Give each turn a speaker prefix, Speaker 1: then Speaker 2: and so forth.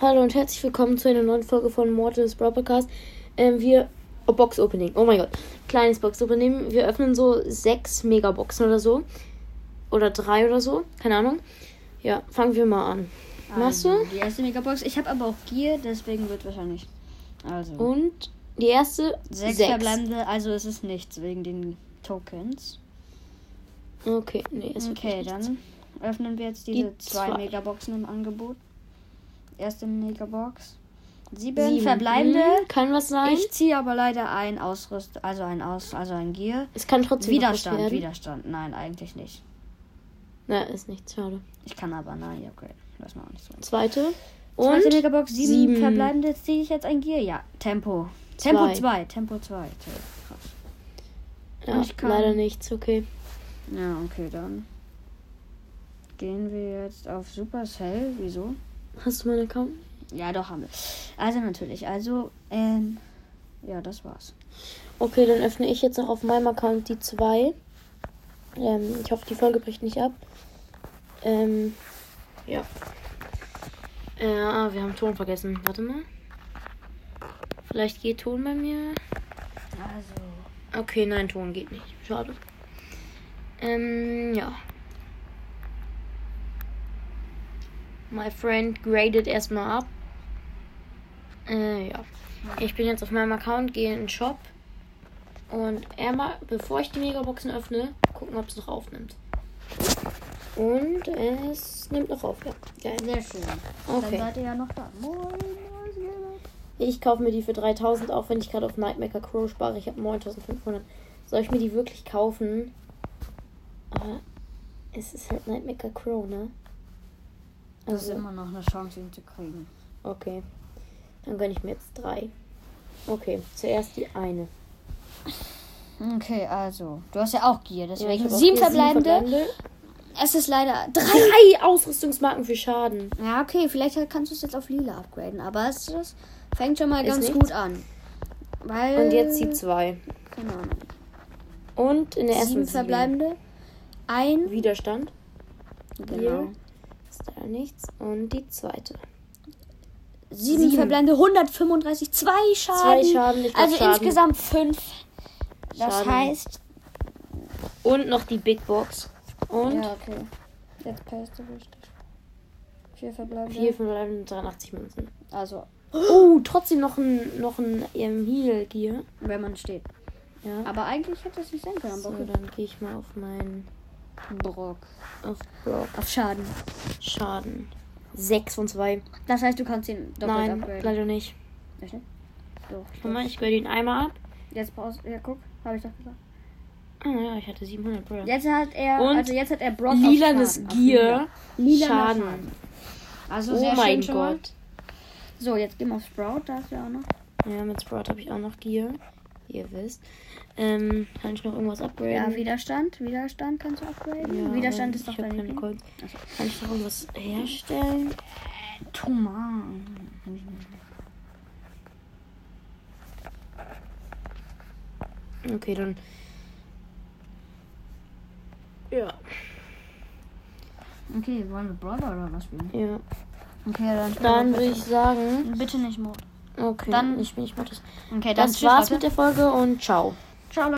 Speaker 1: Hallo und herzlich willkommen zu einer neuen Folge von Mortals Brawl Podcast. Ähm, wir. Oh, Box Opening. Oh mein Gott. Kleines Box Opening. Wir öffnen so sechs Megaboxen oder so. Oder drei oder so. Keine Ahnung. Ja, fangen wir mal an. Machst du?
Speaker 2: Also, Die erste Megabox. Ich habe aber auch Gier, deswegen wird wahrscheinlich. Also.
Speaker 1: Und die erste.
Speaker 2: sechs, verbleibende, also es ist nichts wegen den Tokens.
Speaker 1: Okay, nee, ist
Speaker 2: Okay,
Speaker 1: wirklich nichts.
Speaker 2: dann öffnen wir jetzt diese
Speaker 1: Die
Speaker 2: zwei,
Speaker 1: zwei.
Speaker 2: Megaboxen im Angebot. Erste Megabox. Sieben,
Speaker 1: Sieben.
Speaker 2: verbleibende.
Speaker 1: Hm, kann was sein.
Speaker 2: Ich ziehe aber leider ein Ausrüst, also ein Aus, also ein Gier.
Speaker 1: es kann trotzdem noch was
Speaker 2: Widerstand,
Speaker 1: werden.
Speaker 2: Widerstand. Nein, eigentlich nicht.
Speaker 1: Na, ist nichts. Schade.
Speaker 2: Ich kann aber, nein, okay. Lass mal auch nicht so.
Speaker 1: Zweite. Und.
Speaker 2: Zweite Megabox, sieben,
Speaker 1: sieben.
Speaker 2: verbleibende, ziehe ich jetzt ein Gier. Ja, Tempo. Tempo
Speaker 1: Zwei.
Speaker 2: 2, Tempo 2.
Speaker 1: ja,
Speaker 2: ich kann-
Speaker 1: leider nichts. Okay.
Speaker 2: Ja, okay, dann gehen wir jetzt auf Supercell. Wieso?
Speaker 1: Hast du meinen Account?
Speaker 2: Ja, doch, haben wir. Also natürlich, also, ähm, ja, das war's.
Speaker 1: Okay, dann öffne ich jetzt noch auf meinem Account die zwei. Ähm, ich hoffe, die Folge bricht nicht ab. Ähm, ja. Äh, ah, wir haben Ton vergessen. Warte mal. Vielleicht geht Ton bei mir.
Speaker 2: Also,
Speaker 1: Okay, nein, Ton geht nicht. Schade. Ähm, ja. My friend gradet erstmal ab. Äh, ja. Ich bin jetzt auf meinem Account, gehe in den Shop. Und einmal, bevor ich die Megaboxen öffne, gucken, ob es noch aufnimmt. Und es nimmt noch auf, ja. Geil.
Speaker 2: sehr schön. Dann
Speaker 1: Okay.
Speaker 2: seid ihr ja noch da. Moin, moin, moin.
Speaker 1: Ich kaufe mir die für 3000, auch wenn ich gerade auf Nightmaker Crow spare. Ich habe 9500. Soll ich mir die wirklich kaufen? Aber es ist halt Nightmaker Crow, ne?
Speaker 2: Das ist
Speaker 1: Also,
Speaker 2: immer noch eine Chance, ihn zu kriegen.
Speaker 1: okay. Dann gönne ich mir jetzt drei. Okay, zuerst die eine.
Speaker 2: Okay, also, du hast ja auch Gier,
Speaker 1: Ja, ich
Speaker 2: deswegen
Speaker 1: hab auch
Speaker 2: sieben,
Speaker 1: hier
Speaker 2: verbleibende. Es ist leider drei.
Speaker 1: Drei Ausrüstungsmarken für Schaden.
Speaker 2: Ja, okay, vielleicht kannst du es jetzt auf lila upgraden, aber es ist, fängt schon mal
Speaker 1: Ist
Speaker 2: ganz
Speaker 1: nichts.
Speaker 2: gut an. Weil,
Speaker 1: Und jetzt die zwei.
Speaker 2: Keine Ahnung.
Speaker 1: Und in der ersten
Speaker 2: Sieben verbleibende. Ein.
Speaker 1: Widerstand.
Speaker 2: Genau.
Speaker 1: Ist da nichts. Und die zweite.
Speaker 2: Sieben,
Speaker 1: Sieben.
Speaker 2: verbleibende. 135. Zwei Schaden.
Speaker 1: Zwei Schaden, ich mach
Speaker 2: also
Speaker 1: Schaden.
Speaker 2: insgesamt fünf. Das
Speaker 1: Schaden.
Speaker 2: heißt.
Speaker 1: Und noch die Big Box. Und
Speaker 2: okay. Jetzt passt du richtig. Vier verbleibende.
Speaker 1: vier verbleibende 83 Münzen.
Speaker 2: Also,
Speaker 1: Oh, trotzdem noch ein, noch ein ähm, Heal Gear.
Speaker 2: wenn man steht.
Speaker 1: Ja.
Speaker 2: Aber eigentlich hätte es nicht sein können.
Speaker 1: so,
Speaker 2: Aber okay.
Speaker 1: dann gehe ich mal auf meinen
Speaker 2: Brock.
Speaker 1: auf Brock.
Speaker 2: Auf Schaden.
Speaker 1: Schaden. 6 von 2.
Speaker 2: Das heißt, du kannst ihn doppelt
Speaker 1: Nein,
Speaker 2: upgraden.
Speaker 1: leider nicht.
Speaker 2: Echt nicht? Doch.
Speaker 1: Warte mal, ich grade ihn einmal ab.
Speaker 2: Jetzt brauchst Ja, guck. Habe ich doch gesagt.
Speaker 1: Ah ja, ich hatte 700 Bro.
Speaker 2: Jetzt hat er.
Speaker 1: Und
Speaker 2: also, jetzt hat er Brock. auf
Speaker 1: Lilanes
Speaker 2: Schaden, auf
Speaker 1: Gier.
Speaker 2: Lila
Speaker 1: Schaden.
Speaker 2: Schaden. Also
Speaker 1: Oh
Speaker 2: sehr
Speaker 1: mein
Speaker 2: schön schon mal.
Speaker 1: Gott.
Speaker 2: So, jetzt gehen wir auf Sprout, da ist ja auch noch.
Speaker 1: Ja, mit Sprout habe ich auch noch Gier. Wie ihr wisst. Ähm, kann ich noch irgendwas
Speaker 2: Ja,
Speaker 1: upgraden?
Speaker 2: Widerstand. Widerstand kannst du upgraden.
Speaker 1: Ja,
Speaker 2: Widerstand
Speaker 1: ähm,
Speaker 2: ist doch
Speaker 1: ich hab keine
Speaker 2: dein
Speaker 1: Coins. Kann ich noch irgendwas herstellen?
Speaker 2: Thomas.
Speaker 1: Okay, dann. Ja.
Speaker 2: Okay, wollen wir Brawler oder was spielen?
Speaker 1: Ja.
Speaker 2: Okay, dann spielen
Speaker 1: Dann
Speaker 2: wir
Speaker 1: würde ich sagen.
Speaker 2: bitte, bitte nicht Mord.
Speaker 1: Okay,
Speaker 2: Dann-
Speaker 1: ich, ich mach das.
Speaker 2: Okay, dann
Speaker 1: Das
Speaker 2: tschüss,
Speaker 1: war's
Speaker 2: Leute.
Speaker 1: mit der Folge und ciao.
Speaker 2: Ciao,